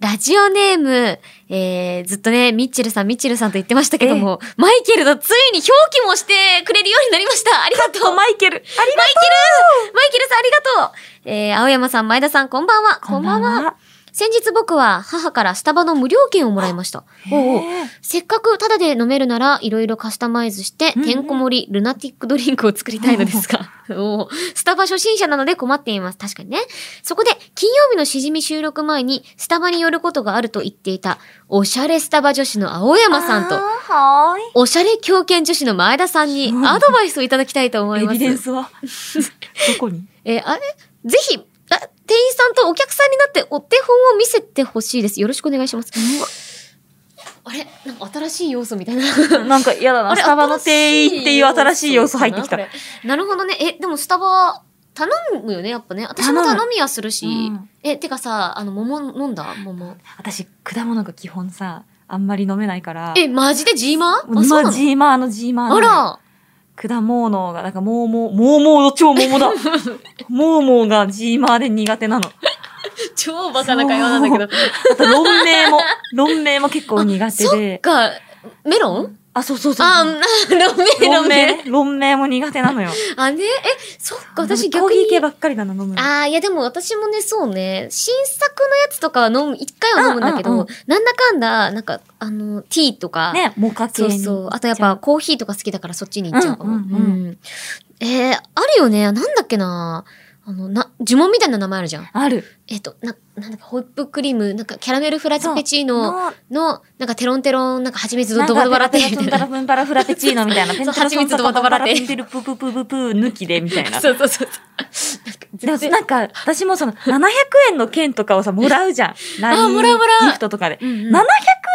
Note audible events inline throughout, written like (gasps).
ラジオネーム、えー、ずっとね、ミッチェルさん、ミッチェルさんと言ってましたけども、マイケルとついに表記もしてくれるようになりました。ありがとう。マイ (laughs) マイケル。ありがとうケルマイケルさん、ありがとう。えー、青山さん、前田さん、こんばんは。こんばんは。先日僕は母からスタバの無料券をもらいました。おうおうへーせっかくタダで飲めるならいろいろカスタマイズして、うんうんてんこ盛りルナティックドリンクを作りたいのです (laughs) が、おうスタバ初心者なので困っています。確かにね。そこで金曜日のしじみ収録前にスタバに寄ることがあると言っていたおしゃれスタバ女子の青山さんあーと、はーい。おしゃれ狂犬女子の前田さんにアドバイスをいただきたいと思いエます。ビデンスは (laughs) どこにえーあれぜひ、あ店員さんとお客さんになってお手本を見せてほしいです。よろしくお願いします。あれなんか新しい要素みたい (laughs) な。なんか嫌だあな。れスタバの店員っていう新しい要素入ってきた。なこれなるほどね。え、でもスタバ、頼むよね、やっぱね。私も頼む頼みはするし。うんえ、てかさ、あの、桃飲んだ桃。私、果物が基本さ、あんまり飲めないから。え、マジでジーマーあ、そう今、なジーマーのジーマーののあ (laughs) ら。果物が、なんか、もうもう、もうもうの超もうもうだ。もうもうがジーマーで苦手なの。超バカな会話なんだけど。あと、論名も、論名も結構苦手そっで。か、メロンあ、そうそうそう。あ、ロメ、ロ論名メね。。論名も苦手なのよ。あ、ね、え、そっか、私コー逆ヒにー。系ばっかりだな、飲むの。ああ、いやでも私もね、そうね、新作のやつとかは飲む、一回は飲むんだけど、うんうんうんなんだかんだ、なんか、あの、ティーとか、ね、モカ系そうに。そう。あとやっぱコーヒーとか好きだからそっちに行っちゃうかも。ううんんうんうんえー、あるよね。なんだっけな。あの、な、呪文みたいな名前あるじゃん。ある。えっ、と、な、なんだかホイップクリーム、なんかキャラメルフラチペチーノのの、なんかテロンテロン、なんか蜂蜜なドんかドバドバラテみペたいンタラな。プンパラフラペチーノみたいな。ペンタラ蜂プン蜜パドラバドバラテペンテルプププププ抜きで、みたいな。そうそうそうそう。でも全然なんか、私もその、700円の券とかをさ、もらうじゃん。LINE もらうもらうギフトとかで。うんうん700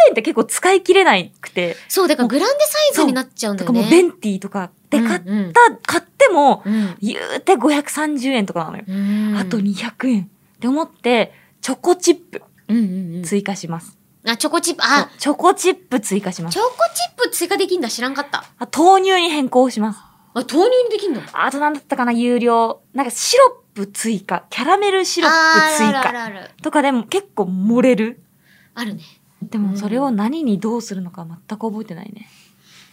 円って結構使い切れないくて、そう、だからグランデサイズそうになっちゃうんだとよかね。もうベンティーとかで買った、うんうん買っても、うん言うて530円とかなのよ。うんあと200円って思って、チョコチップうんうんうん。追加します。あ、チョコチップ、あ、チョコチップ追加しまチす。ョコチップ追加できんだ知らんかった。あ豆乳に変更します。あ、豆乳にできんのあと何だったかな、有料。なんかシロップ追加。キャラメルシロップ追あるある加。あるある。とかでも結構漏れる。あるね。でもそれを何にどうするのか全く覚えてないね。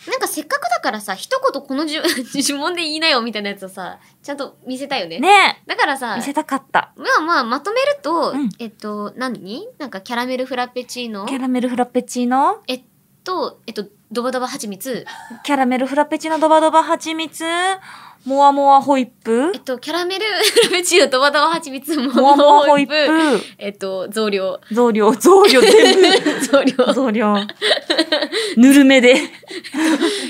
なんかせっかくだからさ、一言このじゅ (laughs) 呪文で言いなよみたいなやつをさ、ちゃんと見せたいよね。ねだからえさ見、せたかった。まあまあまとめると、うんえっと、何なんかキャラメルフラペチーノキャラメルフラペチーノえっと、えっと、ドバドバ蜂 (laughs) 蜜、キャラメルフラペチーノドバドバ蜂蜜モアモアホイップえっと、キャラメルフラペチーノ、ドバドバ蜂蜜、モモアモアホイップえっと、増量。増量、増量全 (laughs) 増量。部。増量。ぬるめで。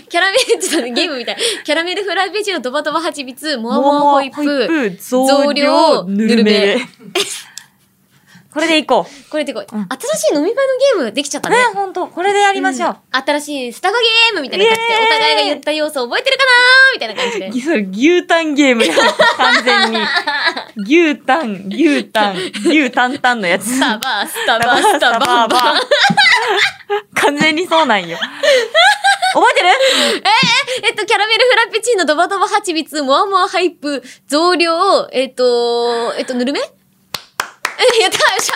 キャラメル、ちょっとねゲームみたい。キャラメルフラペチーノ、ドバドバ蜂蜜、モアモアホイップ。増量、ぬぬるめでる。これでいこう。これでこい、うん新しい飲み会のゲームできちゃったねね。、ほんと、これでやりましょう。ん新しいスタバゲームみたいな感じで、イエーイお互いが言った要素覚えてるかなーみたいな感じ (laughs) で。ぎそれ牛タンゲームや完全に。牛タン、牛タン、牛タンタンのやつ。スタバ、スタバ、スタバ、バン。完全にそうなんよ。覚えてる (laughs) えっと、キャラメルフラペチーノ、ドバドバ蜂蜜、モアモアハイプ、増量、えっと、えっと、ぬるめえ、 (laughs) やったよっしゃ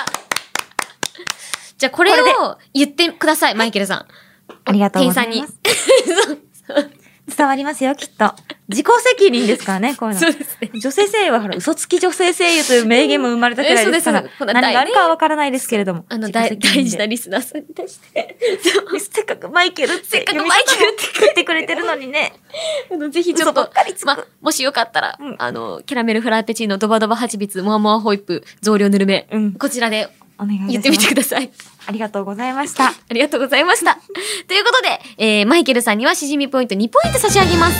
じゃあ、これこれでを言ってください、マイケルさん。ありがとう店員ごさざんいにま。す。伝わりますよ、きっと。自己責任ですからね、こういう (laughs) の。そうですね。女性声優はほら、嘘つき女性声優という名言も生まれたくらいですかうらんえ、そうです何があるかはわからないですけれども。あの、自己大責任大で事なリスナーさんに対して。 (laughs) せっかくマイケルって、せっかくマイケルって言ってくれてるのにね。あの、ぜひちょっ嘘ばとっかりつ、くま、もしよかったら、うんあの、キャラメルフラペチーノ、ドバドバハチビツ、モアモアホイップ、増量ぬるめ、うんこちらでお願いいたします。言ってみてください。 (laughs) ありがとうございました。ありがとうございました。ということで、えーマイケルさんにはしじみポイント2ポイント差し上げます。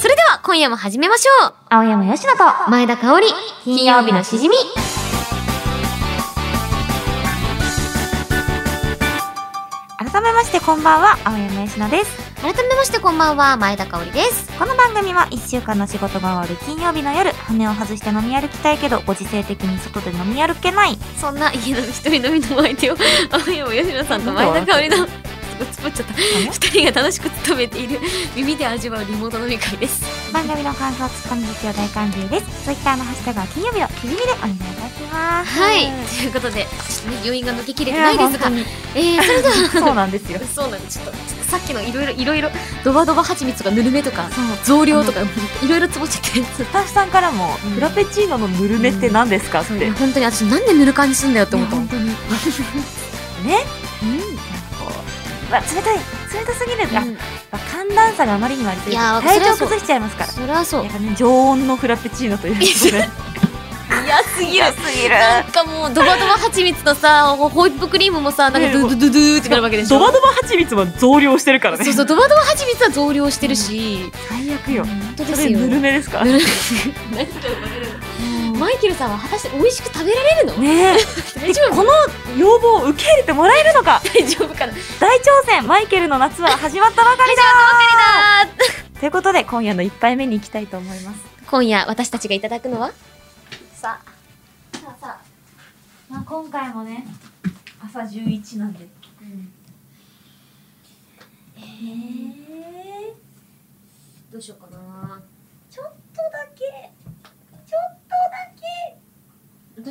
それでは、今夜も始めましょう。青山よしと、前田香織、金曜日のしじみ。改めましてこんばんは、青山よしです。改めましてこんばんは、前田香織です。この番組は一週間の仕事が終わる金曜日の夜、羽を外して飲み歩きたいけど、ご時世的に外で飲み歩 (laughs) けない。そんな家の一人飲みのお相手を、青山吉野さんと前田香織の、つっちゃった。二人が楽しく務めている耳で味わうリモート飲み会です。番組の感想ツッコミ実況大歓迎ですツイッターのハッシュタグは金曜日のしじみでお願いいたしますはい、うんということで、ちょっとね、余韻が抜けきれてやないですが、本えー、それでは、当に (laughs) そうなんですよ (laughs) そうなんです、ちょっと、ちょっとさっきのいろいろ、いろいろ、ドバドバ蜂蜜とかぬるめとか、増量とか、いろいろつぼっちゃって、スタッフさんからも、うんフラペチーノのぬるめって何ですかって、そういや本当に私、なんでぬる感じすんだよって思ったもんいや本当に (laughs) ねこう、まあ、冷たい冷たすぎる、あうんまあ寒暖差があまりにもありすぎていやー体それは調そう崩しちゃいますからそりゃそうやっ。ぱね常温のフラペチーノということで嫌すぎ嫌すぎるなんかもう、ドバドバ蜂蜜とさ、ホイップクリームもさ、なんかドゥドゥドゥドゥってなるわけでしょ。ドバドバ蜂蜜も増量してるからねそうそう、ドバドバ蜂蜜は増量してるし、最悪よ、本当でそすれよ。ぬるめですかぬねるめマイケルさんは果たして美味しく食べられるのえ大丈夫この要望を受け入れてもらえるのか大丈夫かな大挑戦マイケルの夏は始まったばかりだということで今夜の一杯目に行きたいと思います今夜私たちがいただくのはさあさあさあ、まあ、今回もね朝11なんで、ええどうしようかなちょっとだけちょっとだけ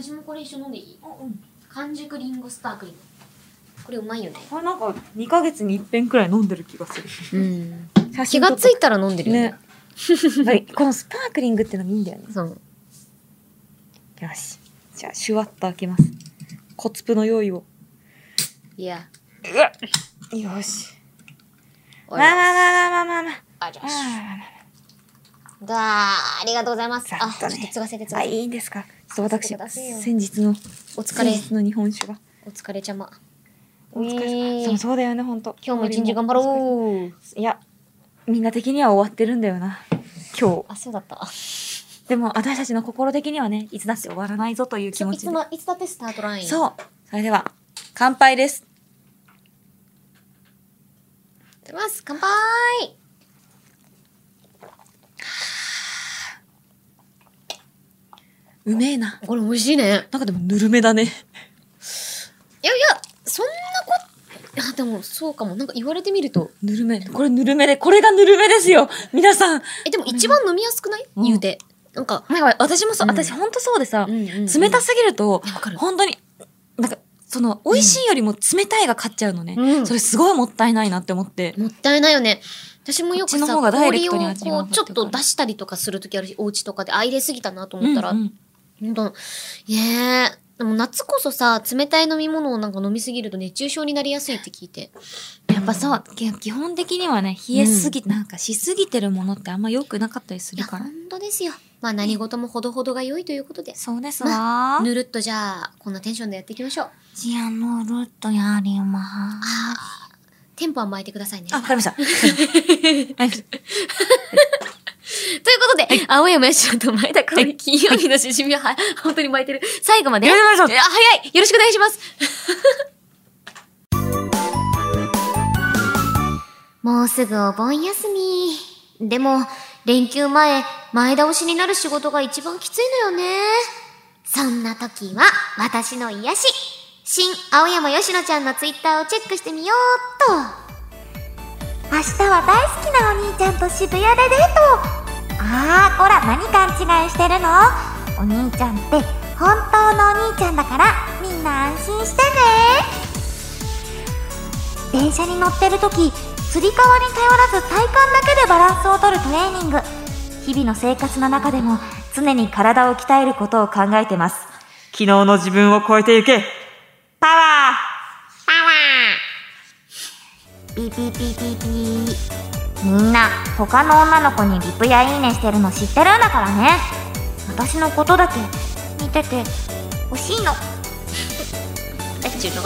私もこれ一緒飲んでいいあうん完熟リンゴスタークリングこれうまいよねこれなんか2ヶ月に一遍くらい飲んでる気がするうん写 (laughs) 気がついたら飲んでるよねねはいこのスパークリングってのもいいんだよねそうよしじゃあシュワッと開けますコツプの用意をいやうわよしおまあいらまあまあまあまあまあありゃましあだーありがとうございますざっとあねちょっと継がせて継あ、がせていいんですか。ちょっとちょっと出私せよ、先日の、お疲れ先日の日本酒が。お疲れちゃまお疲れえー様。そう、そうだよね、本当。今日も一日頑張ろうう。いや、みんな的には終わってるんだよな。今日。あそうだったでも、私たちの心的にはね、いつだって終わらないぞという気そう持いちつで。のいつだってスタートラインうそう。それでは、乾杯です。いただきます乾杯うめえな。これ美味しいねなんかでも、ぬるめだね。いやいや、そんなこと、あ、でも、そうかも。なんか言われてみると。ぬるめ。これぬるめで、これがぬるめですよ皆さんえ、でも一番飲みやすくない、うん言うて。なんか、なんか、私もそうう、ん私ほんとそうでさ、冷冷たすぎると、わかる。本当に、なんか、その、美味しいよりも冷たいが勝っちゃうのね。うんそれすごいもったいないなって思って。もったいないよね。私もよくこっちさ、の方がダイレ氷クをトにこう、味が分ちかょっってくると出したりとかするときあるし、お家とかで、あ、入れすぎたなと思ったら、うんう本ん当ねえ。でも夏こそさ、冷たい飲み物をなんか飲みすぎると熱中症になりやすいって聞いて。やっぱそう、け基本的にはね、冷えすぎ、なんかしすぎてるものってあんま良くなかったりすいや、るから。本当ですよ。まあ何事もほどほどが良いということで。そうですわ。ぬるっとじゃあ、こんなテンションでやっていきましょう。じゃあ、のるっとやりまーああ、テンポは巻いてくださいね。あ、わかりました。ということで、青山よしと前田香織、金曜日のしじみをは、本当に巻いてる。最後まで。やめてあ、くだ早さいよろしくお願いします (laughs) もうすぐお盆休み。でも、連休前、前倒しになる仕事が一番きついのよね。そんな時は、私の癒し。新青山よしのちゃんのツイッターをチェックしてみようっと。明日は大好きなお兄ちゃんと渋谷でデートあーこら何勘違いしてるのお兄ちゃんって本当のお兄ちゃんだからみんな安心してね電車に乗ってる時つり革に頼らず体幹だけでバランスをとるトレーニング日々の生活の中でも常に体を鍛えることを考えてます昨日の自分を超えていけ。パワピピピピピみんな他の女の子にリプやいいねしてるの知ってるんだからね私のことだけ見てて欲しいのえ、ちゅうの。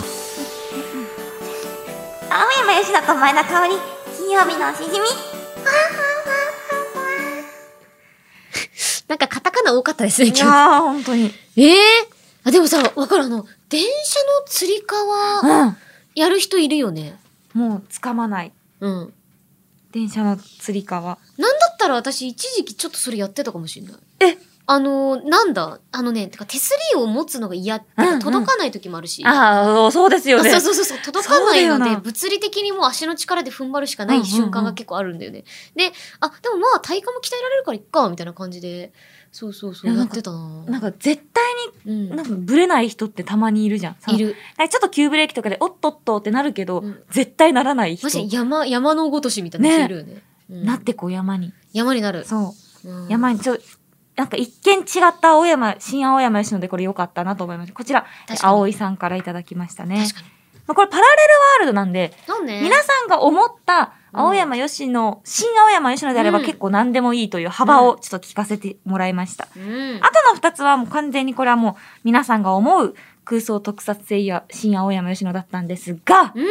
青山よしのと前田香織金曜日のおし (laughs) じみなんかカタカナ多かったですね、ーい今日や。ー、ほんとに。ええあ、でもさ、わかる、あの、電車のつりう革、ん。やる人いるよね。もう、つかまない。うん。電車のつり革。なんだったら私、一時期ちょっとそれやってたかもしれない。え、あのーなんだ、あのね、てか手すりを持つのが嫌って、うんうん届かない時もあるし。ああ、そうですよね。あそうそうそうそう届かないそうのだでよな物理的にもう足の力で踏ん張るしかなうんいうんうん瞬間が結構あるんだよね、であでもまあ体幹も鍛えられるからいっかみたいな感じでそうそうそういややなんっかてたななんか絶対うんに、なんかブレない人ってたまにいるじゃん。い。るなんかちょっと急ブレーキとかで、おっとっとってなるけど、うん絶対ならない人マ。ジで山山のごとしみたいな人いるよねうんなってこう山に。山になる、そうんう。山に、ちょ、なんか一見違った青山、新青山吉野でこれ良かったなと思いました。こちら、確かに青井さんからいただきましたね確。かにまあ、これパラレルワールドなんで、そうね皆さんが思った青山吉野、新青山吉野であればうん結構何でもいいという幅うをちょっと聞かせてもらいました。うんあとの二つはもう完全にこれはもう皆さんが思う空想特撮声優、新青山吉野だったんですが、うん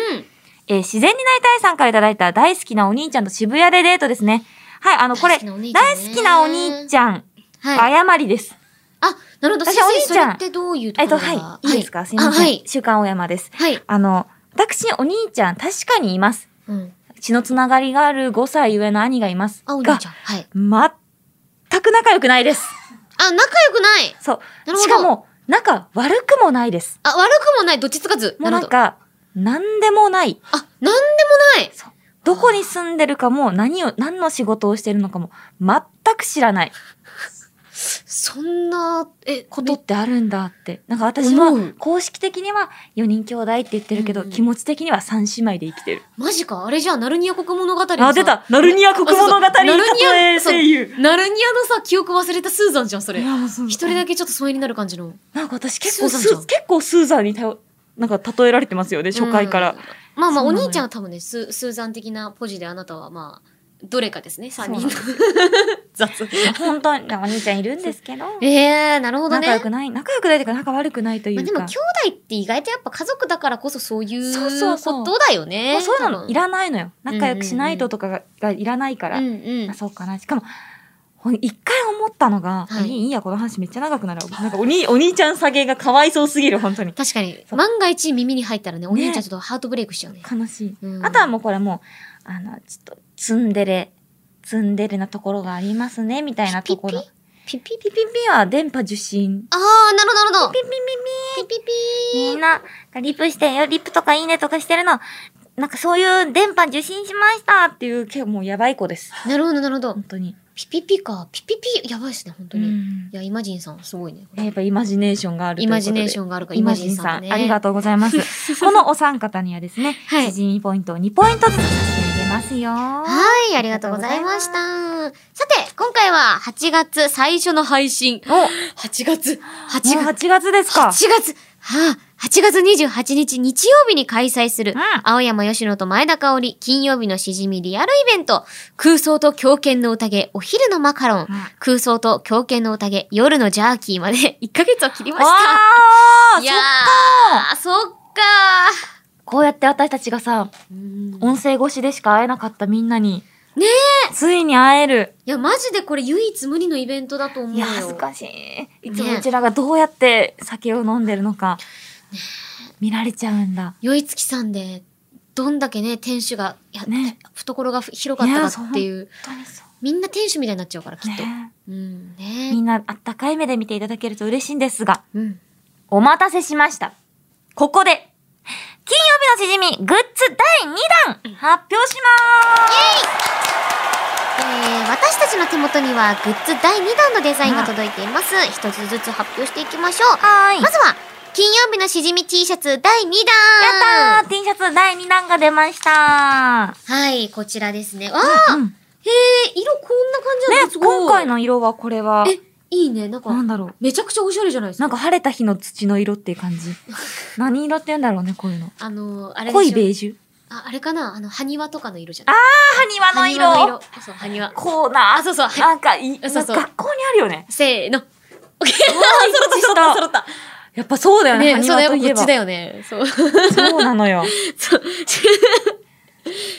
えー自然になりたいさんからいただいた大好きなお兄ちゃんと渋谷でデートですね。はい、あの、これ、大好きなお兄ちゃん大ね好きなお兄ちゃん、はい誤りです。あなるほど私先お生兄そちれゃんってどういうとえっころと、がはい、いいですかすいあません。はい週刊青山です。はいあの、私、お兄ちゃん、確かにいます。うん血のつながりがある5歳上の兄がいます。あお兄がちゃんはい全く仲良くないです。あ仲良くないそう。なるほどしかも、仲悪くもないです。あ悪くもないどっちつかずもうななんるか、なんでもない。ほどあなんでもないどこに住んでるかも、何を、何の仕事をしてるのかも、全く知らないそんな、え、こことと、ってあるんだって。なんか私は思う、公式的には4人兄弟って言ってるけど、うん気持ち的には3姉妹で生きてる。マジかあれじゃあ、ナルニア国物語のさあ、出たナルニア国物語あそうそうナルニア家庭声優ナルニアのさ、記憶忘れたスーザンじゃん、それ。一一人だけちょっと疎遠になる感じの。なんか私結スー構ザンスじゃんー、結構スーザンに頼、なんか例えられてますよね、初回からうん。。まあまあ、そおうなのよ兄ちゃんは多分ね、ススーザン的なポジであなたは、まあ、どれかですね、三人の。雑。本当に、お兄ちゃんいるんですけど、ええー、なるほどね。仲良まくない、仲良くないというか仲悪くないといあ、うでか。も、兄弟って意外とやっぱ家族だからこそそういそうそううそうことだよね。もうそういう多の分いらないのよ。仲良くしないととかが,、がいらないから。うんうんあ。そうかな。しかも、ほん一回思ったのが、はいい、いいいや、この話めっちゃ長くなる。なんかおにお兄ちゃん下げがかわいそうすぎる、本当に。確かに、そう万が一耳に入ったらね、お兄ちゃんねちょっとハートブレイクしちゃうね。悲しい。うんあとはもうこれもう、あの、ちょっと、ツンデレ、ツンデレなところがありますね、みたいなところ。ピピピピピは電波受信。ああ、なるほど、なるほど。ピピピピピみんな、リプしてよ、リプとかいいねとかしてるの、なんかそういう電波受信しましたっていう、結構もうやばい子です。ピなるほど、なるほど本。当に。ピピピか。ピピピ、やばいですね、本当うに。いんや、イマジンさん、すごいね。やっぱイマジネーションがあるといイうことマで。ジネーションがあるから、イマジンさん、ありがととうござい (laughs) ます。このお三方にはですね、はいしじみポイントを2ポイントずつ差し上げますよ。はい、ありがとうございました。さて、今回は8月最初の配信。お、 8月 ?8 もう月8月ですか。 8月、はあ、8月28日日曜日に開催する、うん青山吉野と前田香織金曜日のしじみリアルイベント、空想と狂犬の宴、お昼のマカロン、空想と狂犬の宴、夜のジャーキーまで (laughs) 1ヶ月を切りましわた。ーいやー、そっかこうやって私たちがさ、ー。音声越しでしか会えなかったみんなに、ねついに会える。いや、マジでこれ唯一無二のイベントだと思ういよや、。恥ずかしい。いつねもうちらがどうやって酒を飲んでるのか、見られちゃうんだ。よいつきさんで、どんだけね、店主が、いやね懐が広かったかっていう、本当にそみんな店主みたいになっちゃうから、きう。っと。ねうん、みねんなあったかい目で見ていただけると嬉しいんですが、うん。お待たせしました。ここで、金曜日のしじみグッズ第2弾発表しえー私たちの手元にはグッズ第2弾のデザインが届いています。一つずつ発表していきましょう。まーすはまずは、金曜日のしじみ T シャツ第2弾い。やったー !T シャツ第2弾が出ましたはい、こちらですね。わーあ、うんね、へえ、色こんな感じなんだすごい今回の色はこれは、え、いいね。なんか、なんだろう。めちゃくちゃおしゃれじゃないですか。なんか晴れた日の土の色っていう感じ。 (laughs) 何色って言うんだろうね、こういうの。あのー、あれでしょ濃いベージュ。あ、あれかなあの、埴輪とかの色じゃないあ、埴輪埴の輪色。の色。そう、埴輪。こうな。あそうそうなんかい、そうそうなんか学校にある (laughs) よね。せーの。オッケー一致した揃った。やっぱそうだよね、ね、埴そうだ輪よ、こといえっばちだ。よね。そう。そうなのよ。そう。 (laughs)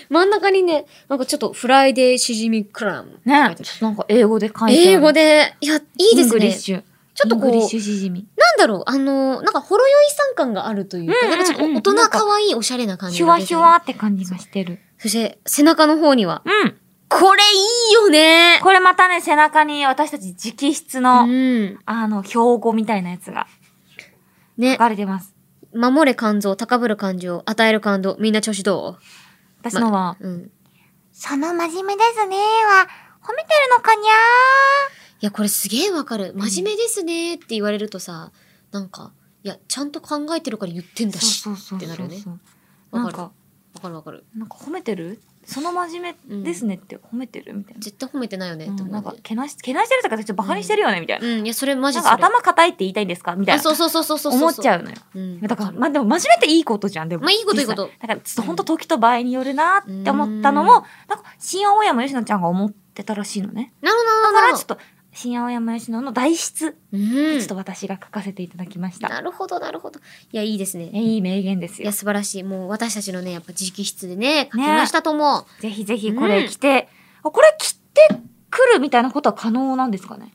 真ん中にね、なんかちょっとフライデーしじみクラム。ね。ちょっとなんか英語で書いてある。英語で、いや、いいですイングリッね。シュ。ちょっとこう、イングなリッんシュしじみ。だろう、あの、なんかほろ酔いさん感があるというか、うんうんうんなんかちょっと大人可愛いおしゃれな感じひゅのデわザインひゅわって感じがしてる。そして、背中の方には、うん。ここれいいよね。これまたね、背中に私たち直筆うの、ん。あの、標語みたいなやつがね書。かれてます。守れ肝臓、高ぶる感情、与える感動、みんな調子ど私のは、ううん。その真面目ですねは、褒めてるのかにゃいや、これすげえわかる。真面目ですねって言われるとさ、なんか、いや、ちゃんと考えてるから言ってんだし。そうそうそうそうってなるよねなわんかるか。、わかるわかる。なんか褒めてるその真面目ですねって褒めてるみたいな。絶対褒めてないよね、うんと思なうんかね。けなし、けなしてるとかちょっとバカにしてるよねみたいな。うん、いや、それマジなんそれか頭硬いって言いたいんですかみたいあ、な。そうそうそうそうそうそう。思っちゃうのよ。うん。だから、わまあでも真面目っていいことじゃん、でも。まあいいこと実際いいことだから、ちょっと本当時と場合によるなって思ったのうも、なんか、新青山吉野ちゃんが思ってたらしいのね。なるほど、だなかるら、ほちょどっ。と、新青山吉野の代筆、うん。ちょっと私が書かせていただきました。なるほど、なるほど。いや、いいですね。えいい名言ですいや、。よ素晴らしい。もう私たちのね、やっぱ直筆でね、書きましたと思う。ぜひぜひこれ着て、あこれ着てくるみたいなことは可能なんですかね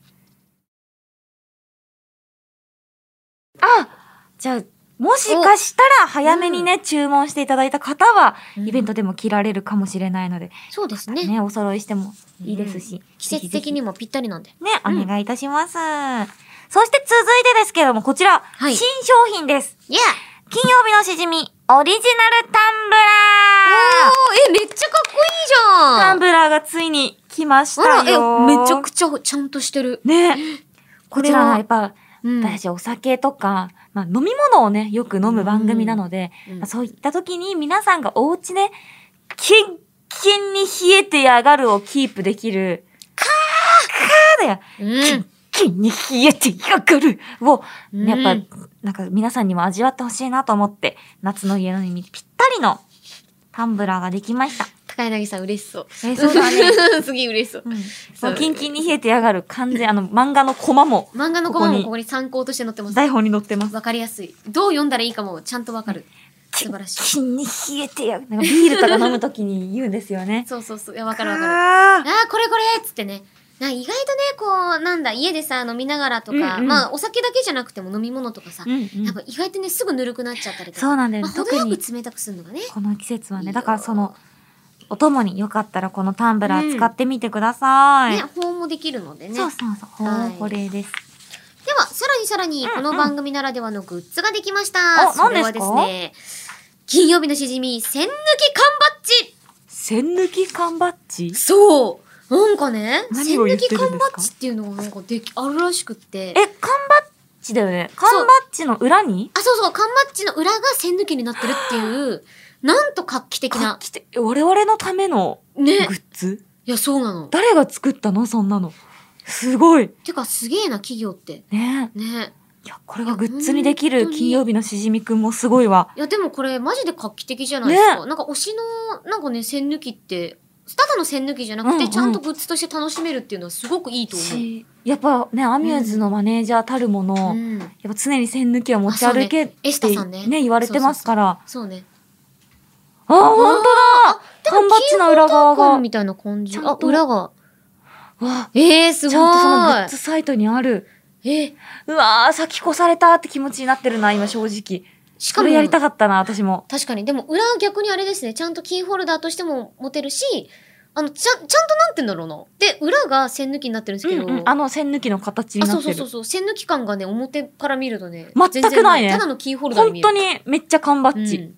あじゃあ、もしかしたら早めにね、注文していただいた方は、うんイベントでも着られるかもしれないので、そうですね。ね、お揃いしてもいいですし。季節ぜひぜ的ひにもぴったりなんで。ね、おうん願いいたします。そして続いてですけれども、こちら、はい新商品です。いや金曜日のしじみ、オリジナルタンブラおーえ、ーめっちゃかっこいいじゃタンんブラーがついに来ましたよ。あら、え、めちゃくちゃちゃんとしてる。 (gasps) ね。こちらはやっぱ、うん私お酒とか、まあ飲み物をね、よく飲む番組なので、うんまあそういった時に皆さんがお家で、キンキンに冷えてやがるをキープできる、カーカーだよ。うん。キンキンに冷えてやがるを、うんねやっぱ、なんか皆さんにも味わってほしいなと思って、夏の家飲みにぴったりのタンブラーができました。高柳さん嬉しそう。えそうだね。ね。 (laughs) すげえ嬉しそう。 (laughs) そうキンキンに冷えてやがる完全、あの、漫画のコマも、漫画のコマここもにここに参考として載ってます。台本に載ってます。わかりやすい。どう読んだらいいかもちゃんとわかる。素晴らしい。キンキンに冷えてやがる。なんかビールとか飲むときに言うんですよね。そうそうそう。いや、わかるわかる。あーあーこれこれっつってね。な意外とね、こう、なんだ、家でさ、飲みながらとか、うんうんまあ、お酒だけじゃなくても飲み物とかさ、うんうんやっぱ意外とね、すぐぬるくなっちゃったりとか。そうなんだよまあ、ね。程特よにく冷たくするのがね。この季節はいいね。よだからその、お供によかったらこのタンブラー使ってみてください。ね、保温もできるのでね。でそうは、そうそう。はいこれです。さらにさらに、うんこの番組ならではのグッズができました。おそれは何でですすかね、金曜日のしじみ、栓抜き缶バッジ栓抜き缶バッジそうなんかね、栓何を言抜ってきるんですか缶バッジっていうのがなんかでき、あるらしくって。え、缶バッジだよね。缶バッジの裏にあ、そうそう、缶バッジの裏が栓抜きになってるっていう、なんと画期的画 (laughs) な。期的え我々のためのね。グッズいや、そうなの。誰が作ったのそんなの。すごい。てか、すげえな、企業って。ねね。いや、これがグッズにできる本当に金曜日のしじみくんもすごいわ。いや、でもこれ、マジで画期的じゃないですか。なんか、推しの、なんかね、線抜きって、ただの線抜きじゃなくて、うんうんちゃんとグッズとして楽しめるっていうのはすごくいいと思う。しやっぱね、アミューズのマネージャーたるもの、うやん。っぱ常に線抜きを持ち歩けって、エスタさんね言われてますから。そうね。ああ、本当だ缶バッジの裏側が。缶わみたいな感じ。ちゃあん、と裏が。あえー、すごちい。ゃんとそのグッズサイトにある。え、うわー、先越されたって気持ちになってるな、今正直。しかこも、れやりたかったな、私も。確かに。でも、裏は逆にあれですね。ちゃんとキーホルダーとしても持てるし、あの、ちゃん、ちゃんとなんて言うんだろうな。で、裏が線抜きになってるんですうけんど、うん、あの線抜きの形にあ、なそうっそうてそうる。そう。線抜き感がね、表から見るとね。全くないね全然ただのキーホルダーに本見え当る。にめっちゃ缶バッジ。うん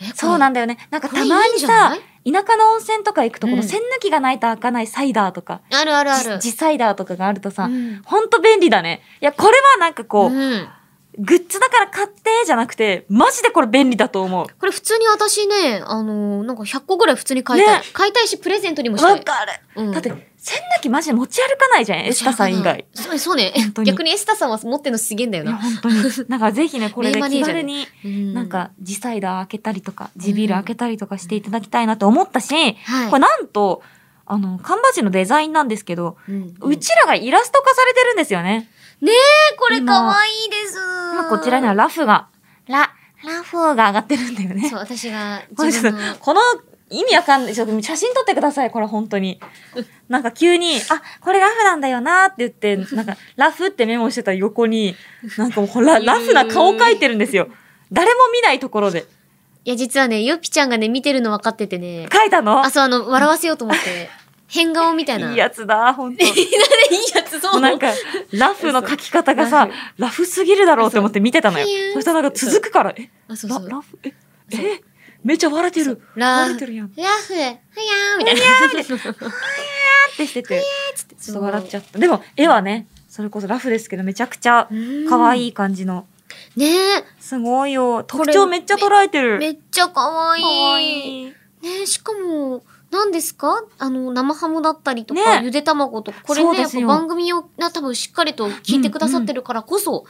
えそうなんんだよね。なんかこれたまいいんにじゃなさい、田舎の温泉とか行くと、こうのん線抜きがないと開かないサイダーとか、あるあるある。じ地サイダーとかがあるとさ、うんほんと便利だね。いや、これはなんかこう、うんグッズだから買ってじゃなくて、マジでこれ便利だと思う。これ普通に私ね、あのーなんか100個ぐらい普通に買いたい。ね買いたいし、プレゼントにもしたわい。かる。うんだって、線抜きマジで持ち歩かないじゃん、エスタさん以外。。そうそうね本当。に逆にエスタさんは持ってんのすげえんだよいや、な。本当に。 (laughs) なんかぜひね、これで名マネ気ージャー軽に、うんなん、か、地サイダー開けたりとか、地ビール開けたりとかしていただきたいなと思ったし、はい。これなんと、あの、缶バッジのデザインなんですけど、うんうちらがイラスト化されてるんですよね。これかわいいです。今こちらにはラフが、ラ、ラフが上がってるんだよね。 (laughs) そう、私がこれ自ちょ分 (laughs) っの。とこの意味わかんない。ちょっと写真撮ってください、これ本当に。なんか急に、あ、これラフなんだよなって言って、なんかラフってメモしてた (laughs) 横に、なんかもうほら、ラフな顔描いてるんですよ。誰も見ないところで。いや、実はね、ゆっぴちゃんがね、見てるの分かっててね。書いたのあ、そう、あの、笑わせようと思 (laughs) って。変顔みたいな。いいやつだ、本 (laughs) 当いいやつ、そもうう。なんか、ラフの書き方がさラ、ラフすぎるだろうって思って見てたのよそう。そしたらなんか続くから、え、あ、そうそラう。ラフ、え、え、めっちゃ笑ってる。ラ笑っフ、てるやん。っラフ、はやーみたいな。てしてて、ちょっと笑っちゃゃった。でも、絵はね、それこそラフですけど、めちゃくちゃう。可愛い。い感じの。ねすごいよ。これ特徴めっちゃ捉えてえ、る。めっちゃ可愛い。可愛い。ねえ、しかも、何ですかあの、生ハムだったりとか、ねえゆで卵とか、これそうね、でやっすぱよ番組をな多分しっかりと聞いてくださってるからこそ、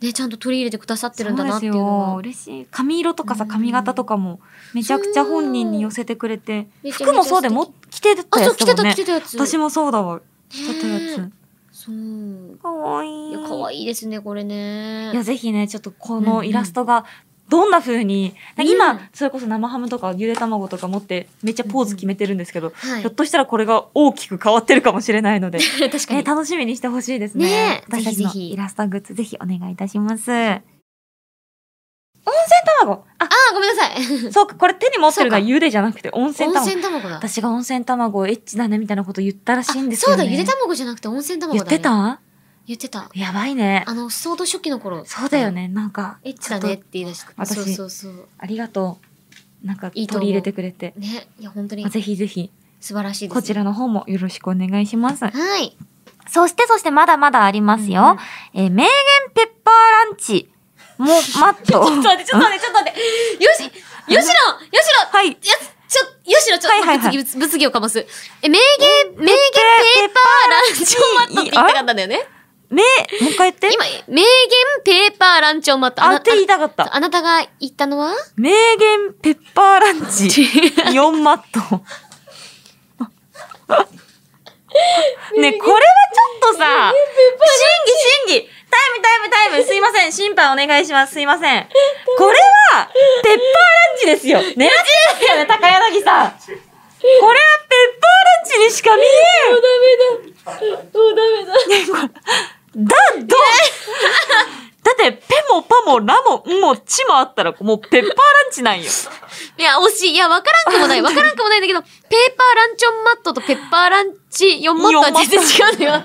ね、ちゃんと取り入れてくださってるんだなっていうのそうは。ですよ嬉しい。髪色とかさ、うん髪型とかも、めちゃくちゃ本人に寄せてくれて。めちゃめちゃ素敵服もそうでも、着てたあ、やそう、つ来だてもたんね来。てたやつ。私もそうだわ。ね着てたやつ。そう。かわいいい。や、可愛いですね、これね。いや、ぜひね、ちょっとこのうんイラストが、どんな風に、うん今、それこそ生ハムとかゆで卵とか持って、めっちゃポーズ決めてるんですけど、はい。ひょっとしたらこれが大きく変わってるかもしれないので、 (laughs) 確かえに。ー楽しみにしてほしいですね。ねえ私たちぜのひぜひイラストグッズ、ぜひお願いいたします。温泉卵あ、あー、ごめんなさい。そうか、これ手に持ってるのはそうゆでじゃなくて温泉温卵。泉卵だ。私が温泉卵エッチだねみたいなこと言ったらしいんですそよ、うね。だ、ゆで卵じゃなくて温泉卵だ、言ね。ってた言ってた。やばいね。あの、ソード初期の頃。そうだよ。ね、なんか。エッチだちょねっっとて言い出した。私そうそうそう。ありがとう。なんかいい取と思うり入れてくれて。ね。いや、本当にまあぜひぜひ、素晴らしいです、ね。こちらの方もよろしくお願いします。はい。そしてそしてまだまだありますよ。えー名言ペッパーランチ。も、マッ (laughs) ト。ちょっと待って、ちょっと待って、ちょっと待って。よし、よしろ、よしろ、はい。ペやつ、ちょ、よしろ、ちょはいはいっはと、い物議、物議をかます。え、名言、名言ペーーパパーランチョンマットって言いたかったんだよね。ー、名、もう一回言って。今、名言ペーパーランチョンマット。あなって言いたかっあた。あなたが言った (laughs) のは名言ペッパーラン (laughs) チ。4マット。ね、これはちょっとさ、審議審議タイムタイムタイムすいません審判お願いしますすいませんこれは、ペッパーランチですよ狙ってますよね、高柳さんこれはペッパーランチにしか見えんもうダメだもうダメだだ、どだって、ペもパもラもんもチもあったら、もうペッパーランチなんよ。いや、惜しい。いや、わからんくもない。わからんくもないんだけど、ペーパーランチョンマットとペッパーランチ4マットは全然違うのよ。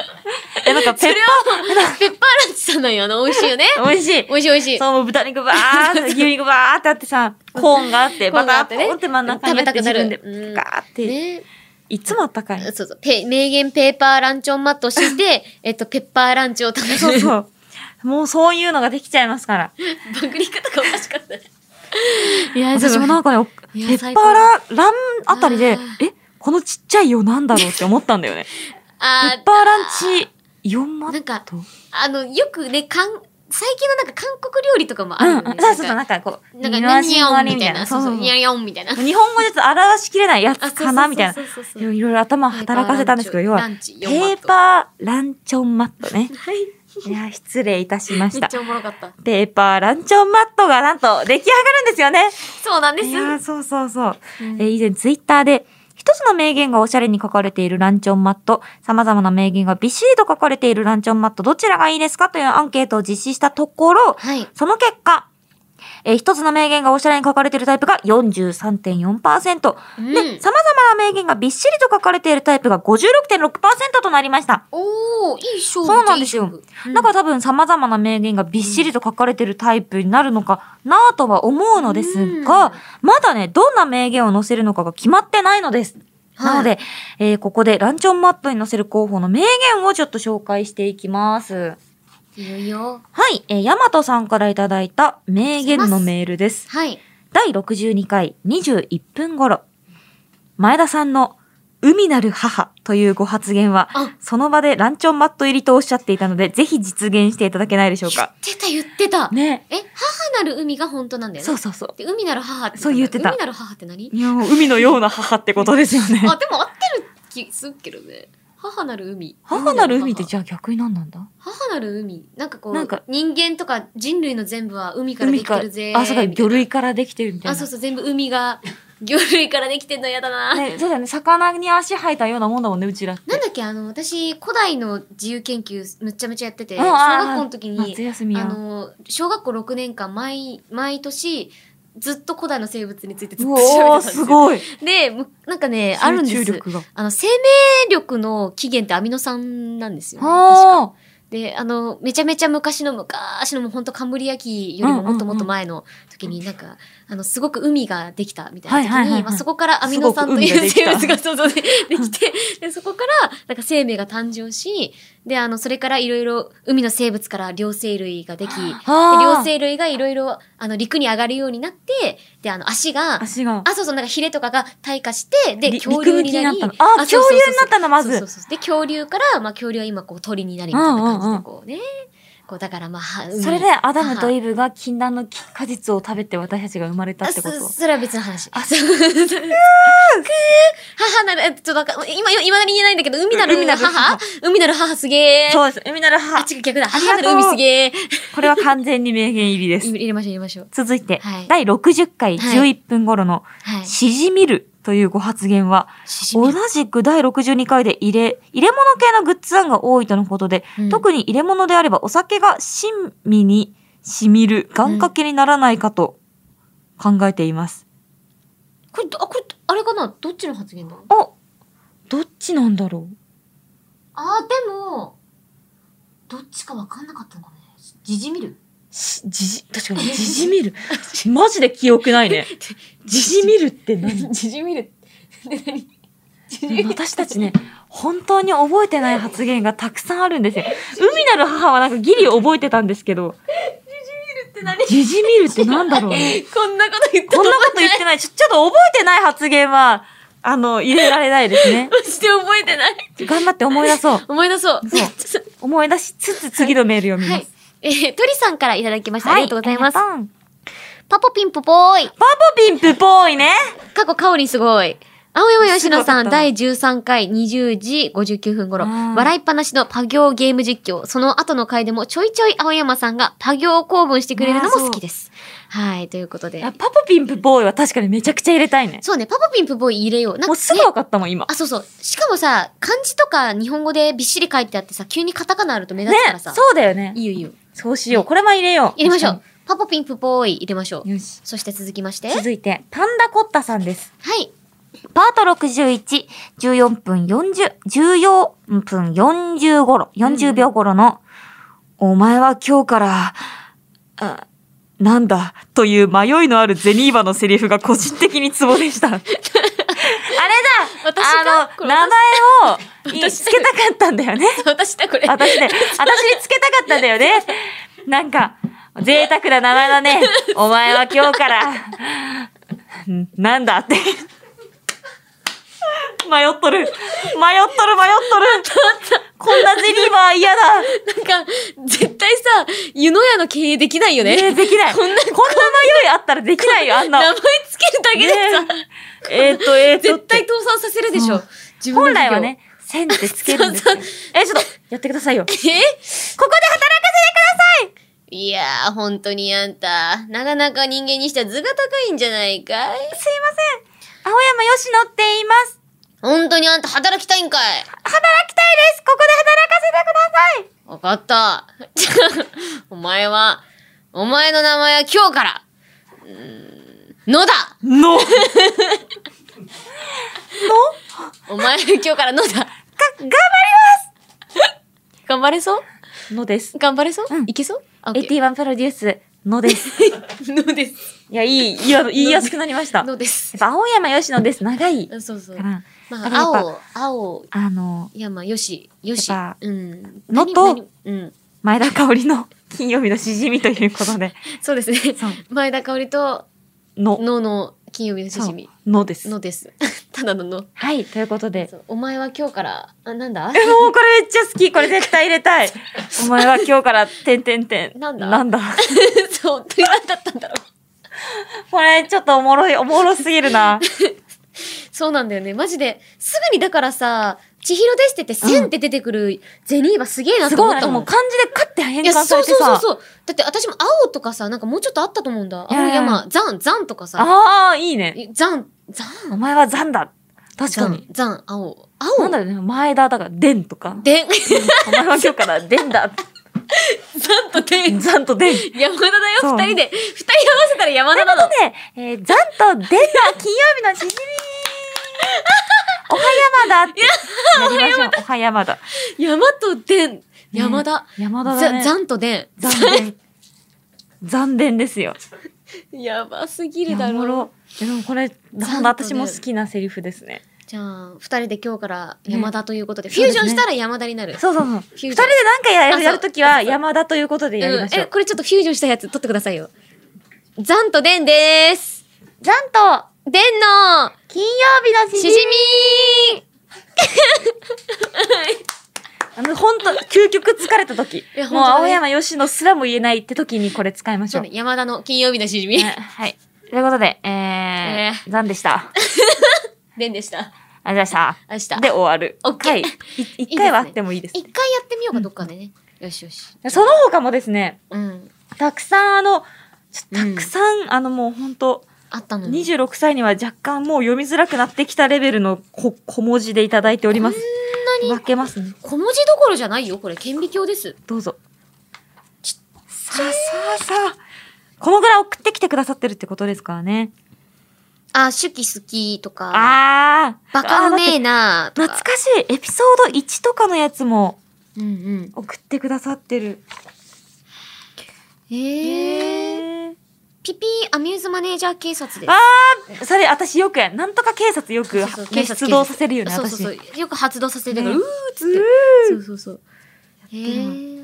え、なんかペそッれは、ペッパーランチさんなんよ。あの、美味しいよね。パー、美味しい。美味しい美味しい。そう、もう豚肉ばー (laughs) って、牛肉ばーってあってさ、コーンがあって、コーバンがあっターてねポンって真ん中にあって、食べたくなる自分で、ガーって、ね。いつもあったかい。そうそう。ペ名言ペーパーランチョンマットして、えっと、ペッパーランチを食べる。そ (laughs) うそう。もうそういうのができちゃいますから。パクリ方がおかしかったね。いや (laughs) 私もなんかね、いペや最ッパー高ラランあたりであ、え、このちっちゃいよなんだろうって思ったんだよね。ペ (laughs) あッパーランチ4マなッんかト。あの、よくね、かん、最近のなんか韓国料理とかもあうるんようん。ね。そうそうそう、ななんかんかこう、なん二のか、足ニヤヨのン割みたいな。そそううそそうう、ニヤヨンみたいな。もう日本語じゃ表しきれないやあつかなみたいな。そうそうそうそうそういろいろ頭働かせたんですけど、要はラ、ンチペランチーパーランチョンマットね。はい。いや、失礼いたしまめしったち。ゃおもろかった。ペーパーランチョンマットがなんと出来上がるんですよね。そうなんです。いやーそうそうそう。うんえー以前ツイッターで、一つの名言がおしゃれに書かれているランチョンマット、様々な名言がびっしりと書かれているランチョンマット、どちらがいいですかというアンケートを実施したところ、はい。その結果、えー一つの名言がおしゃれに書かれているタイプが43.4%、うんで、様々な名言がびっしりと書かれているタイプが56.6%となりました。おー、いい勝負。そうなんですよいい勝負だから多分様々な名言がびっしりと書かれてるタイプになるのかなぁとは思うのですうんが、まだね、どんな名言を載せるのかが決まってないのです。はいなので、えーここでランチョンマットに載せる候補の名言をちょっと紹介していきます。いいよいいよ。はい、えー、ヤマトさんからいただいた名言のメールです。はい。第62回21分頃、前田さんの海なる母というご発言は、あ、その場でランチョンマット入りとおっしゃっていたので、ぜひ実現していただけないでしょうか。言ってた言ってた。ね。え、母なる海が本当なんだよね。そうそうそう。で海なる母ってそう言ってた海なる母って何いや、もう海のような母ってことですよね。あ、でも合ってる気するけどね。母なる海。母なる海ってゃじゃあ逆に何なんだ母なる海。なんかこう、なんか人間とか人類の全部は海からできてるぜ。あ、そうか、みたい魚な類からできてるみたいな。あ、そうそう、全部海が、魚類からできてんの嫌だ (laughs) な。ね、そうだよね。魚に足生えたようなもんだもんね、うちらって。なんだっけ、あの、私、古代の自由研究、むっちゃむちゃやってて、うん小学校の時に夏、休みあや。の、小学校6年間、毎、毎年、ずっと古代の生物についてずっうとお調ー、べてたんですすよ。ごい。で、むなんかね、あるんです。力が。あの、生命力の起源ってアミノ酸なんですよね。確かあで、あの、めちゃめちゃ昔の昔のもうほんとカンブリア紀よりももっともっと前の時になんか、あの、すごく海ができたみたいなはいは時いはいはに、いまあそこからアミノ酸といすごうく海生ができた物がそうそうでできて、 (laughs) で、そこからなんか生命が誕生し、で、あの、それからいろいろ海の生物から両生類ができ、であ両ー。生類がいろいろ、あの、陸に上がるようになって、で、あの、足が、足が。あ、そうそう、なんかヒレとかが退化して、で、り恐竜になり。陸向きになったのそうそあうそう恐竜になったのまずそうそうそうで、恐竜から、まあ恐竜は今こう鳥になりみたいな感じで、こうね。こう、だからまあ、はそれで、アダムとイブが禁断の果実を食べて私たちが生まれたってこあとそ。それは別の話。あそう。くーくー母なる、えっと、なんか、今、今なり言えないんだけど、海なる海なる母母海なる母すげー。そうです。海なるあ母、。違う、逆だ。ありが母となうる海すげー。これは完全に名言入りです。入れましょう、入れましょう。続いて、はい第60回はい11分頃の、はい。しじみるというご発言は、しじみ同じく第62回で入れ、入れ物系のグッズ案が多いとのことで、うん特に入れ物であればお酒が親身に染みる願掛けにならないかと考えています。これ、あ、これ、あれかなどっちの発言だあ、どっちなんだろあー、でも、どっちかわかんなかったのかね。じじみるうしじじ、確かに、じじみ (laughs) る。マジで記憶ない (laughs) ね。じ (laughs) じみるって何じじ (laughs) みるって何私たちね、本当に覚えてない発言がたくさんあるんですよ。海なる母はなんかギリ覚えてたんですけど、って何じじみるってなんだろうね。 (laughs) こんなこと言ってこんなこと言ってない。ちょ、ちょっと覚えてない発言は、あの、入れられないですね。して覚えてない。頑張って思い出そう。 (laughs) 思い出そう。 (laughs) そう (laughs) 思い出しつつ次のメール読みはまいす。。えー、鳥さんからいただきました。ありがとうございます。パンパポピンポポーイ。パポピンプぽいね。過去、カオリンすごい。青山吉野さすごかっん、た第13回20時59分頃、うん笑いっぱなしのパ行ゲーム実況、その後の回でもちょいちょい青山さんがパ行を公文してくれるのも好きです。はい、ということであ。パポピンプぽいは確かにめちゃくちゃ入れたいね。そうね、パポピンポポイ入れよう。なんかもうすぐ分かったもん、今。あ、そうそう。しかもさ、漢字とか日本語でびっしり書いてあってさ、急にカタカナあると目ね立つから、さ。そうだよね。いいよいいよ。そうしよう。これも入れよう。入れましょう。パポピンプポーイ入れましょう。よし。そして続きまして。はい。続いて、パンダコッタさんです。パート61、14分40、14分40頃、40秒頃の、お前は今日から、あ、なんだ、という迷いのあるゼニーバのセリフが個人的にツボで (laughs) した。あれだ私あが、の、これ名私前を、い私つけたかったんだよね。私だ、これ。 (laughs) (laughs) 私ね、私につけたかったんだよね。なんか、贅沢な名前だね。お前は今日から、んなんだって。迷っとる。迷っとる、迷っとる。こんなゼリーは嫌だ。なんか、絶対さ、湯の屋の経営できないよねね。えできない。こんな、迷いあったらできないよ、あん名な。前つけるだけでさ、ねええーっと、えーっと。絶対倒産させるでしょそう。自分の本事業来は。ね、線ってつけるんですよ。そうえ、ちょっと、やってくださいよ。ここえで働かせてくださいいやー、本当にあんた、なかなか人間にしては図が高いんじゃないかいすいません。青山よしのって言います。本当にあんた働きたいんかい働きたいです。ここで働かせてくださわい。かった。 (laughs) じゃあお前は、お前の名前は今日から、うーんのだの。のお前は今日からの (laughs) だ頑張り (laughs) 頑張れそうます。 (laughs) のです。頑張れそう、うんいけそうあ、オッケー81プロデュース、のです。の (laughs) です。いや、いい、いや、言いやすくなりました。やっのです。ぱ、青山よしのです。長い。かそうそう。ら、まだからやっぱあ、青、青、あの、山、よし、よし。やっぱうん。のと何、何うん。前田香織の (laughs) 金曜日のしじみということで、そうですねそう。前田香織と、の、のの金曜日のしそじうみ。のです。のです。 (laughs) ただのの。はい、ということで。そうお前は今日から、あ、なんだえもうこれめっちゃ好き。これ絶対入れ (laughs) たい。お前は今日から、てんてんてん。なんだなんだ。 (laughs) そう、鳥なんだったんだろう。これちょっとおもろい、おもろすぎるな。そうなんだよね。マジで、すぐにだからさ、千尋ですってって、千って出てくるゼニーバすげえなすとご思っいな。たでももん。漢字でカッて変いや、換さそうれてそうさ。そうそう。だって私も青とかさ、なんかもうちょっとあったと思うんだ。い青やいや山、ザン、ザンとかさ。ああ、いいね。えザン、ザンお前は残だ。確ザかンに。、ザン、青。なん青だろうね。前田だから、でんとか。で、 (laughs) お前は今日からでんだ。ざんとてん。ザンとデン。山田だそよ、う二人で。二人合わせたら山とい田うこなの。とで、えー、ザンとデンが金曜日のし (laughs) じみおはやまだってやりましょう。おはやまだ。山とてん。山田。山田だざね。ざんとでん。残念。残念ですよ。やばすぎいるやだおもろ。ろでもこれ、ほんと私も好きなセリフですね。じゃあ、二人で今日から山田ということで、ねフュージョンしたら山田になる。 (laughs) そうそうそう。フュージョン二人で何かやあそうるやるときは山田ということでやりましょえ、う。これちょっとフュージョンしたやつ取ってくださいよ。ざんとでんでーす。ザンとでんの金曜日のしじみみーあの、ほんと、究極疲れた時いや。もうほんとだね青山吉野すらも言えないって時にこれ使いましそょうう。ね、山田の金曜日のしじみ。ねはい。ということで、ええー、ザンでした。でんでした。ありがとうございました。明日。で終わる。オッケーはいい一回はあってもいいです。一回やってみようか、どっかでね。よしよし。その他もですね、うん。たくさんあの、ちょうたんくさん、あのもうほんと、あったのに。 26歳には若干もう読みづらくなってきたレベルの小小文字でいただいております。こんなに分けますね。小文字どころじゃないよ、これ。顕微鏡です。どうぞ。さあさあさあ。このぐらい送ってきてくださってるってことですからね。あ、手記好きとか、ああ。バカうめえあーだってなと懐か。かしい。エピソード1とかのやつもうんうん。送ってくださってる。へえ。え。ピピーアミューズマネージャー警察です。あそれ私よくやん。なんとか警察よくそうそうそう警察出動させるよね、そう私。そうそう。よく発動させてるから、うーねっつってう。そうそうそう。へえ。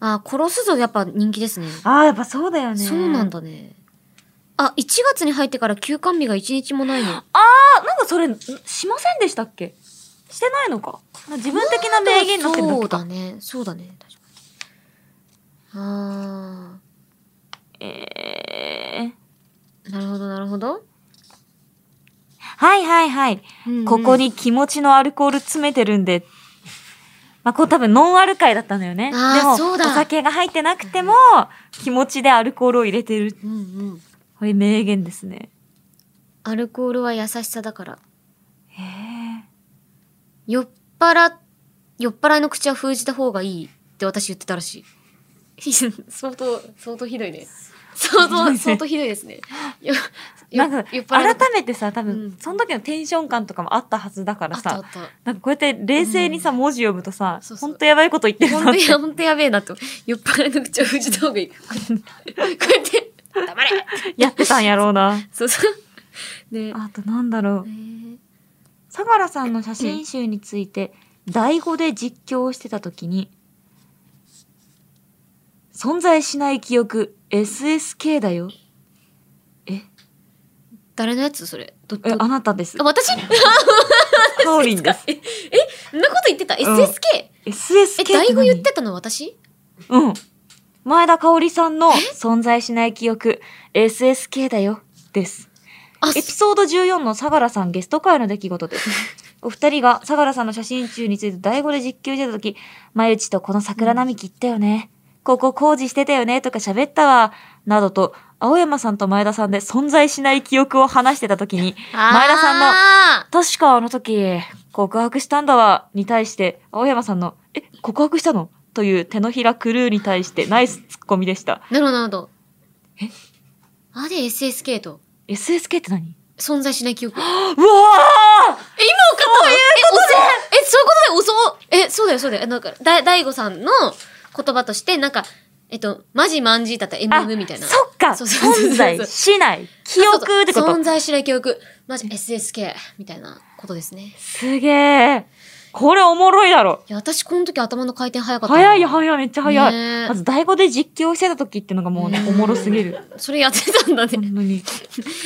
あ、殺すぞやっぱ人気ですね。ああ、やっぱそうだよね。そうなんだ。だね。あ、1月に入ってから休館日が1日もないの。あ、なんかそれ、んしませんでしたっけしてないのか。自分的な名言になってるだそけうか。だね。そうだね。確かに。あえーー。なるほど、なるほど。はいはいはい。ここ。に気持ちのアルコール詰めてるんで、まあ、こう多分ノンアル会だったんだよね。であーも、そうおだ酒が入ってなくても、気持ちでアルコールを入れてる。うんうん。これ名言ですね。アルコールは優しさだから。へえ。酔っ払、酔っ払いの口は封じた方がいいって私言ってたらし (laughs) い。相当、相当ひどいね。相当、相当ひどいですね。よよ (laughs) なんか、酔っ払いの改口めてさ、多分、うんその時のテンション感とかもあったはずだからあったあっさ、た。なんかこうやって冷静にさ、文字読むとさそう、そほうんとやばいこと言ってる本な当って。に、本当や (laughs) べえなと。酔っ払いの口を封じた方がいい。こうやって、黙れ (laughs) やってたんやろうな。そうそう。ね。 (laughs) あとなんだろうえ。ー相良さんの写真集について、第語で実況をしてた時に、存在しない記憶、SSK だよ。え、誰のやつそれ。どっえち、あなたですあ、。私え、カオリ (laughs) ンです。そんなこと言ってた ?SSK? んえ、 SSK て何大語言ってたの私うん。前田香織さんの存在しない記憶、SSK だよ、です。あ、エピソード14の相良さんゲスト会の出来事 (laughs) です。お二人が相良さんの写真集について第語で実況してた時、前内とこの桜並木行ったよね。ここ工事してたよねとか喋ったわ。などと、青山さんと前田さんで存在しない記憶を話してた時に、前田さんのん確かあの時、告白したんだわ、に対して、青山さんの、え、告白したのという手のひらクルーに対してナイスツッコミでした。なるほど、なるほど。えあで SSK と。 SSK って何存在しない記憶。え、今うわ分かったそういうことえ、おそういうことで、おそう、え、そうだよ、そうだよ。なんか、だ、大悟さんの言葉として、なんか、えっと、マジマンジーだったらーあ MV みたいな。そっかそうそうそうそう存在しない記憶ってそこうそうと存在しない記憶。マジ SSK みたいなことですね。すげえ。これおもろいだろ。いや、私この時頭の回転早かったな。早いよ、早い、めっちゃ早い。ねえまず、第語で実況してた時ってのがもうね、おもろす (laughs) ぎる。それやってたんだね。本当に。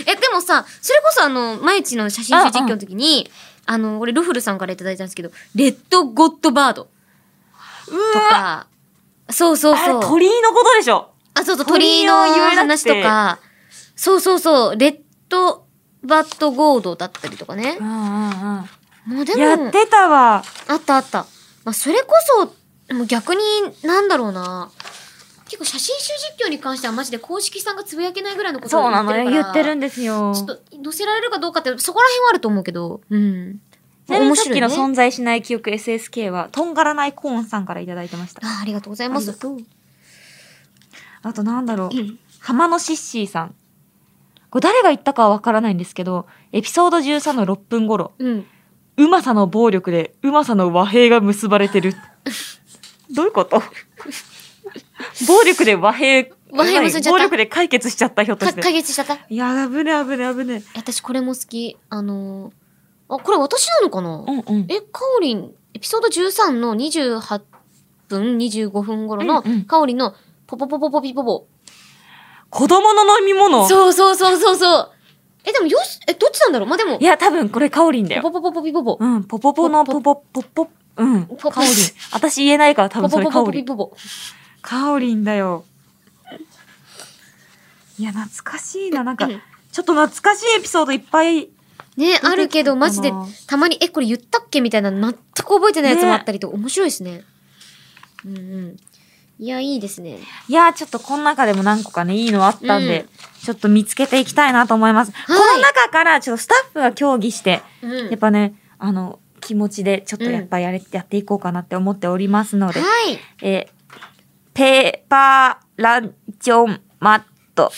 え、でもさ、それこそあの、毎日の写真集実況の時に、あの、俺、ルフルさんからいただいたんですけど、レッドゴッドバードとか、そうそうあれ、そう。鳥居のことでしょ。あ、そうそう、鳥鳥居のの話とか、そうそうそう、レッドバッドゴードだったりとかねう。んうんうん。もうでやっも、てたわ。あったあった。まあ、それこそ、もう逆に、なんだろうな。結構写真集実況に関してはマジで公式さんがつぶやけないぐらいのことをそう言ってなるかのら。よ。言ってるんですよ。ちょっと載せられるかどうかって、そこら辺はあると思うけど、うん。ちなみ面にさっ白いきねの存在しない記憶 SSK は、とんがらないコーンさんからいただいてました。あありがとうございます。ありがあとなんだろううん。浜野シッシーさん。これ誰が言ったかはわからないんですけど、エピソード13の6分頃、うん。うまさの暴力で、うまさの和平が結ばれてる。どういうこと暴力で和平、和平結んじゃった暴力で解決しちゃった、ひょっとか、して解。決しちゃったいや、危ねえ危ねえ危ね私これも好き。あのー、あ、これ私なのかなえ。うんうん。え、かおりん、エピソード13の28分、25分頃のうんうん、かおりんの、ポポポポポピポポ。子供の飲み物。そうそうそうそうそう。え、でもよし、え、どっちなんだろうまあ、でもい、や、多分これカオリンだよ。ポポポポピポポ。うん、ポポポのポポポ、ポポ、うん、ポポカオリン。私言えないからポ多分ポそれポカポオポリピン。ポポ。カオリンだよ。いや、懐かしいな。なんか、うんちょっと懐かしいエピソードいっぱい。ね、あるけど、出てきたなマジで、たまに、え、これ言ったっけみたいな、全く覚えてないやつもあったりと、面白いですね。うんうん。いや、いいですね。いや、ちょっとこの中でも何個かね、いいのあったんで、うんちょっと見つけていきたいなと思います。はいこの中から、ちょっとスタッフが協議して、うん。やっぱね、あの、気持ちで、ちょっとやっぱやれ、やっていこうかなって思っておりますので、はい。えーペーパーランチョンマット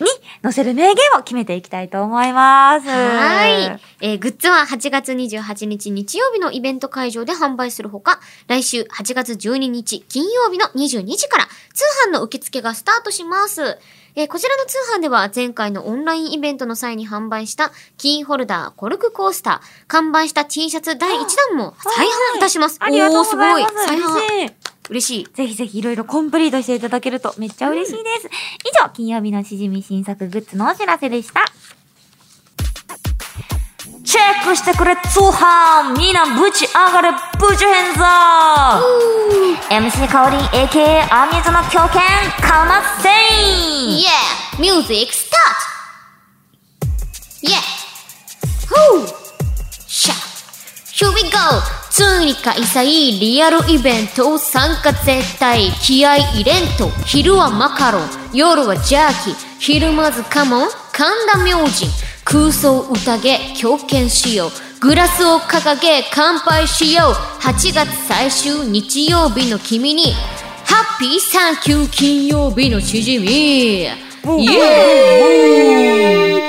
に載せる名言を決めていきたいと思います。はい。。えーグッズは8月28日日曜日のイベント会場で販売するほか、来週8月12日金曜日の22時から通販の受付がスタートします。えーこちらの通販では前回のオンラインイベントの際に販売したキーホルダー、コルクコースター、完売した T シャツ第1弾も再販いたします。ありがとうございまおーごす。再販。嬉しい。嬉しい。ぜひぜひいろいろコンプリートしていただけるとめっちゃ嬉しいです。以上、金曜日のしじみ新作グッズのお知らせでした。チェックしてくれ通販みんなぶち上がれぶちへんぞ !MC 香り AKA アミューズの狂犬かません Yeah! Music start! Yeah! Whoo! Sha! Here we go! ついに開催リアルイベント参加絶対気合い入れんと昼はマカロン夜はジャーキー昼まずカモン神田明神空想宴狂犬しようグラスを掲げ乾杯しよう8月最終日曜日の君にハッピーサンキュー金曜日のしじみイエ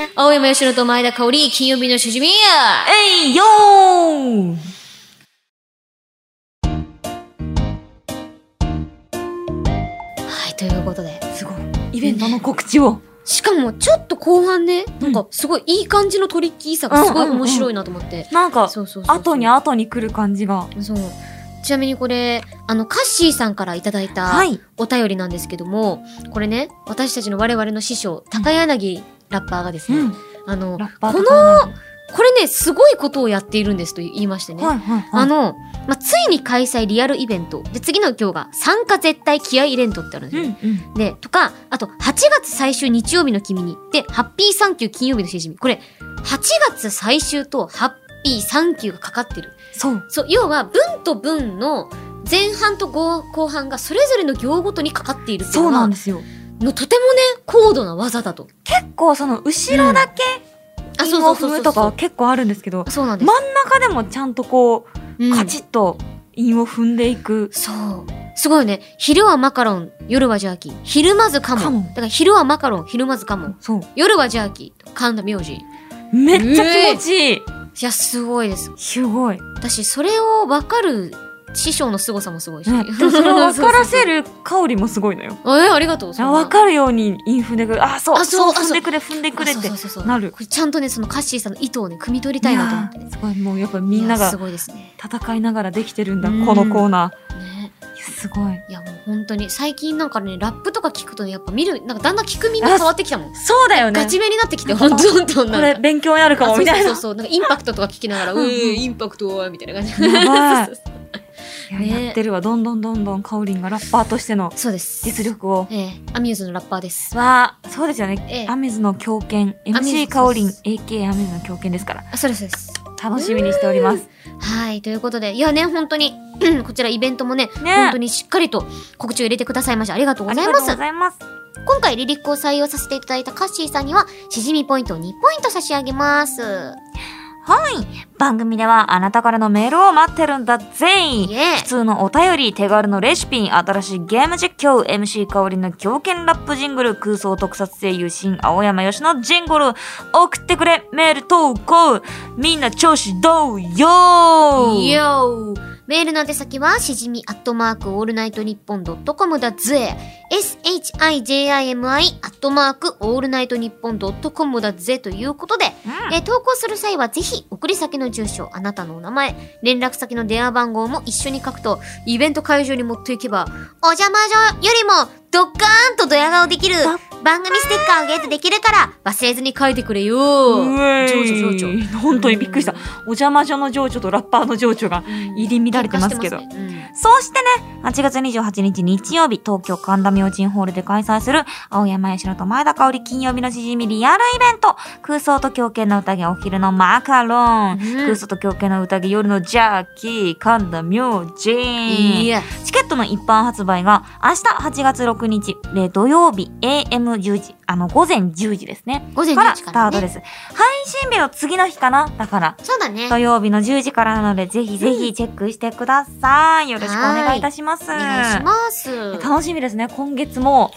ーイ青山吉野と前田香織金曜日のしじみえいよーはい、ということで。すごい。イベントの告知を。しかも、ちょっと後半ね、なんか、すごいいい感じのトリッキーさがすごいうんうんうん面白いなと思って。なんか、そうそうそうそう。後に後に来る感じが。そう。ちなみにこれ、あの、カッシーさんからいただいたい。お便りなんですけども、これね、私たちの我々の師匠、高柳ラッパーがですうね、ん。あの、ラッパーことの、かなんかこれね、すごいことをやっているんですと言いましてね。はいはいはい。あの、まあ、ついに開催リアルイベント。で、次の今日が、参加絶対気合い入れんとってあるんですうよ。んうん。で、とか、あと、8月最終日曜日の君に、で、ハッピーサンキュー金曜日のしじみ。これ、8月最終とハッピーサンキューがかかってる。そう。そう、要は、文と文の前半と後後半がそれぞれの行ごとにかかっているっていそううのなはんですよ。のとてもね、高度な技だと。結構その後ろだけあ、韻そをうそうそ踏うむそとうかは結構あるんですけど、そうなんです。真ん中でもちゃんとこうんう、カチッと韻を踏んでいく。そう。すごいね。昼はマカロン、夜はジャーキー。昼まずカモン。カモンだから昼はマカロン、昼まずカモン。そう。夜はジャーキー。神田明神。いめっちゃ気持ちいい。や、すごいです。すごい。私、それを分かる師匠の凄さもすごいし。ねでもそれを (laughs) 分からせる。る香りもすごいのよ。えー、ありがとう。あ分るかるように韻踏んでくれ。あ、そう、あそそうう、踏んでくれ、踏んでくれってそうそうそうそうなるこ。れちゃんとね、そのカッシーさんの意図をね、汲み取りいたいなと思やって。ーすごい、もうやっぱみんないやがすごいですね。戦いながらできてるんだ、うんこのコーナね。ー。いやすごい。いや、もう本当に、最近なんかね、ラップとか聞くとね、やっぱ見る、なんかだんだん聞く耳変わってきたもん。そうだよガね。チめになってきて、本当本当こなんれか。勉強になるかあもそうみたいそなう。そうなんかインパクトとか聞きながら「うんううんんインパクトは」みたいな感じや (laughs) ばいねいややってるわ。どんどんどんどんカオリンがラッパーとしてのそうです実力を。ええアミューズのラッパーですは、そうですよね。ええアメズの狂犬。アメズ MC カオリン、AK アメズの狂犬ですから。あそうですそうです楽しみにしております。はいということでいやね本当にこちらイベントもね本当にしっかりと告知を入れてくださいましてありがとうあごりざがいとうまごすざいます。今回リリックを採用させていただいたカッシーさんにはしじみポイントを2ポイント差し上げますはい。番組ではあなたからのメールを待ってるんだぜイエ (laughs) 普通のお便り、手軽のレシピ、新しいゲーム実況、MC 香りの狂犬ラップジングル、空想特撮声優、新青山よしのジングル、送ってくれ、メール投稿、みんな調子どうよーイよーメールの宛先は、しじみアットマークオールナイトニッポンドットコムだぜ。shijimi アットマークオールナイトニッポンドットコムだぜということで、うんえー投稿する際はぜひ送り先の住所、あなたのお名前、連絡先の電話番号も一緒に書くと、イベント会場に持っていけば、お邪魔女よりもドッカーンとドヤ顔できる番組ステッカーをゲットできるから忘れずに書いてくれよ。うえ情緒い情緒。本当にびっくりしたうん。お邪魔女の情緒とラッパーの情緒が入り乱れてますけど喧嘩してますねうんそうしてね、8月28日日曜日、東京神田明神ホールで開催する、青山吉野と前田香織金曜日のしじみリアルイベント、空想と狂犬の宴お昼のマカロン、うん空想と狂犬の宴夜のジャーキー、神田明神。いや、チケットの一般発売が明日8月6日、えー土曜日 AM10 時、あの午前10時ですね。午前から10ス時タからートね。です。配信日の次の日かなだから、そうだね。土曜日の10時からなので、ぜひぜひチェックしてください。よろしくお願いいたします。お願いします。楽しみですね。今月も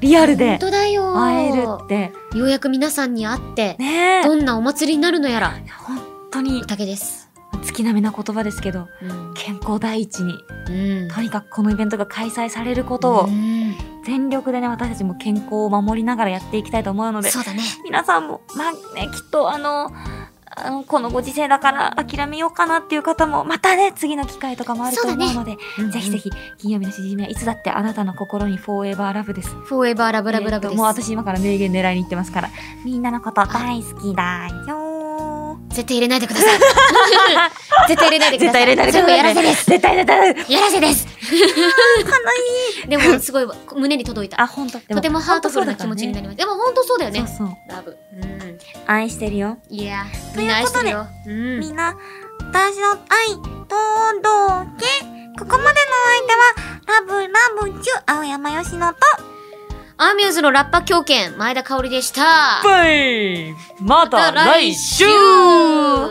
リアル本で当だよ。会えるって。ようやく皆さんに会って、ねえ。どんなお祭りになるのやら。本当に竹です。月並みな言葉ですけど、うん。健康第一に、うんとにかくこのイベントが開催されることをう、ん全力でね、私たちも健康を守りながらやっていきたいと思うので、そうだね。皆さんも、まあね、きっとあの、あの、このご時世だから諦めようかなっていう方も、またね、次の機会とかもあると思うそので、ぜひぜひ、金曜日のしじみはいつだってあなたの心にフォーエバーラブです。うん。フォーエバーラブラブラブえーでともうす。私今から名言狙いに行ってますから、みんなのこと大好きだよ絶対入れないでくだ (laughs) さい。絶対入れないでください。でそれはやらせです。絶対入れないでやらせ (laughs) です。でも、すごいわ胸に届いた。あ、ほんと。とてもハートフルな気持ちになりります。でも、本当そうだよそうね。そう。ラブ。うん。愛してるよ。いやー、とみんないう愛こしてとるでよ。うん。みんな、私の愛、届け。ここまでのお相手は、ラブラブチュ、青山よしのと、アミューズのラッパ狂犬、前田香織でした。バイままた来週ほ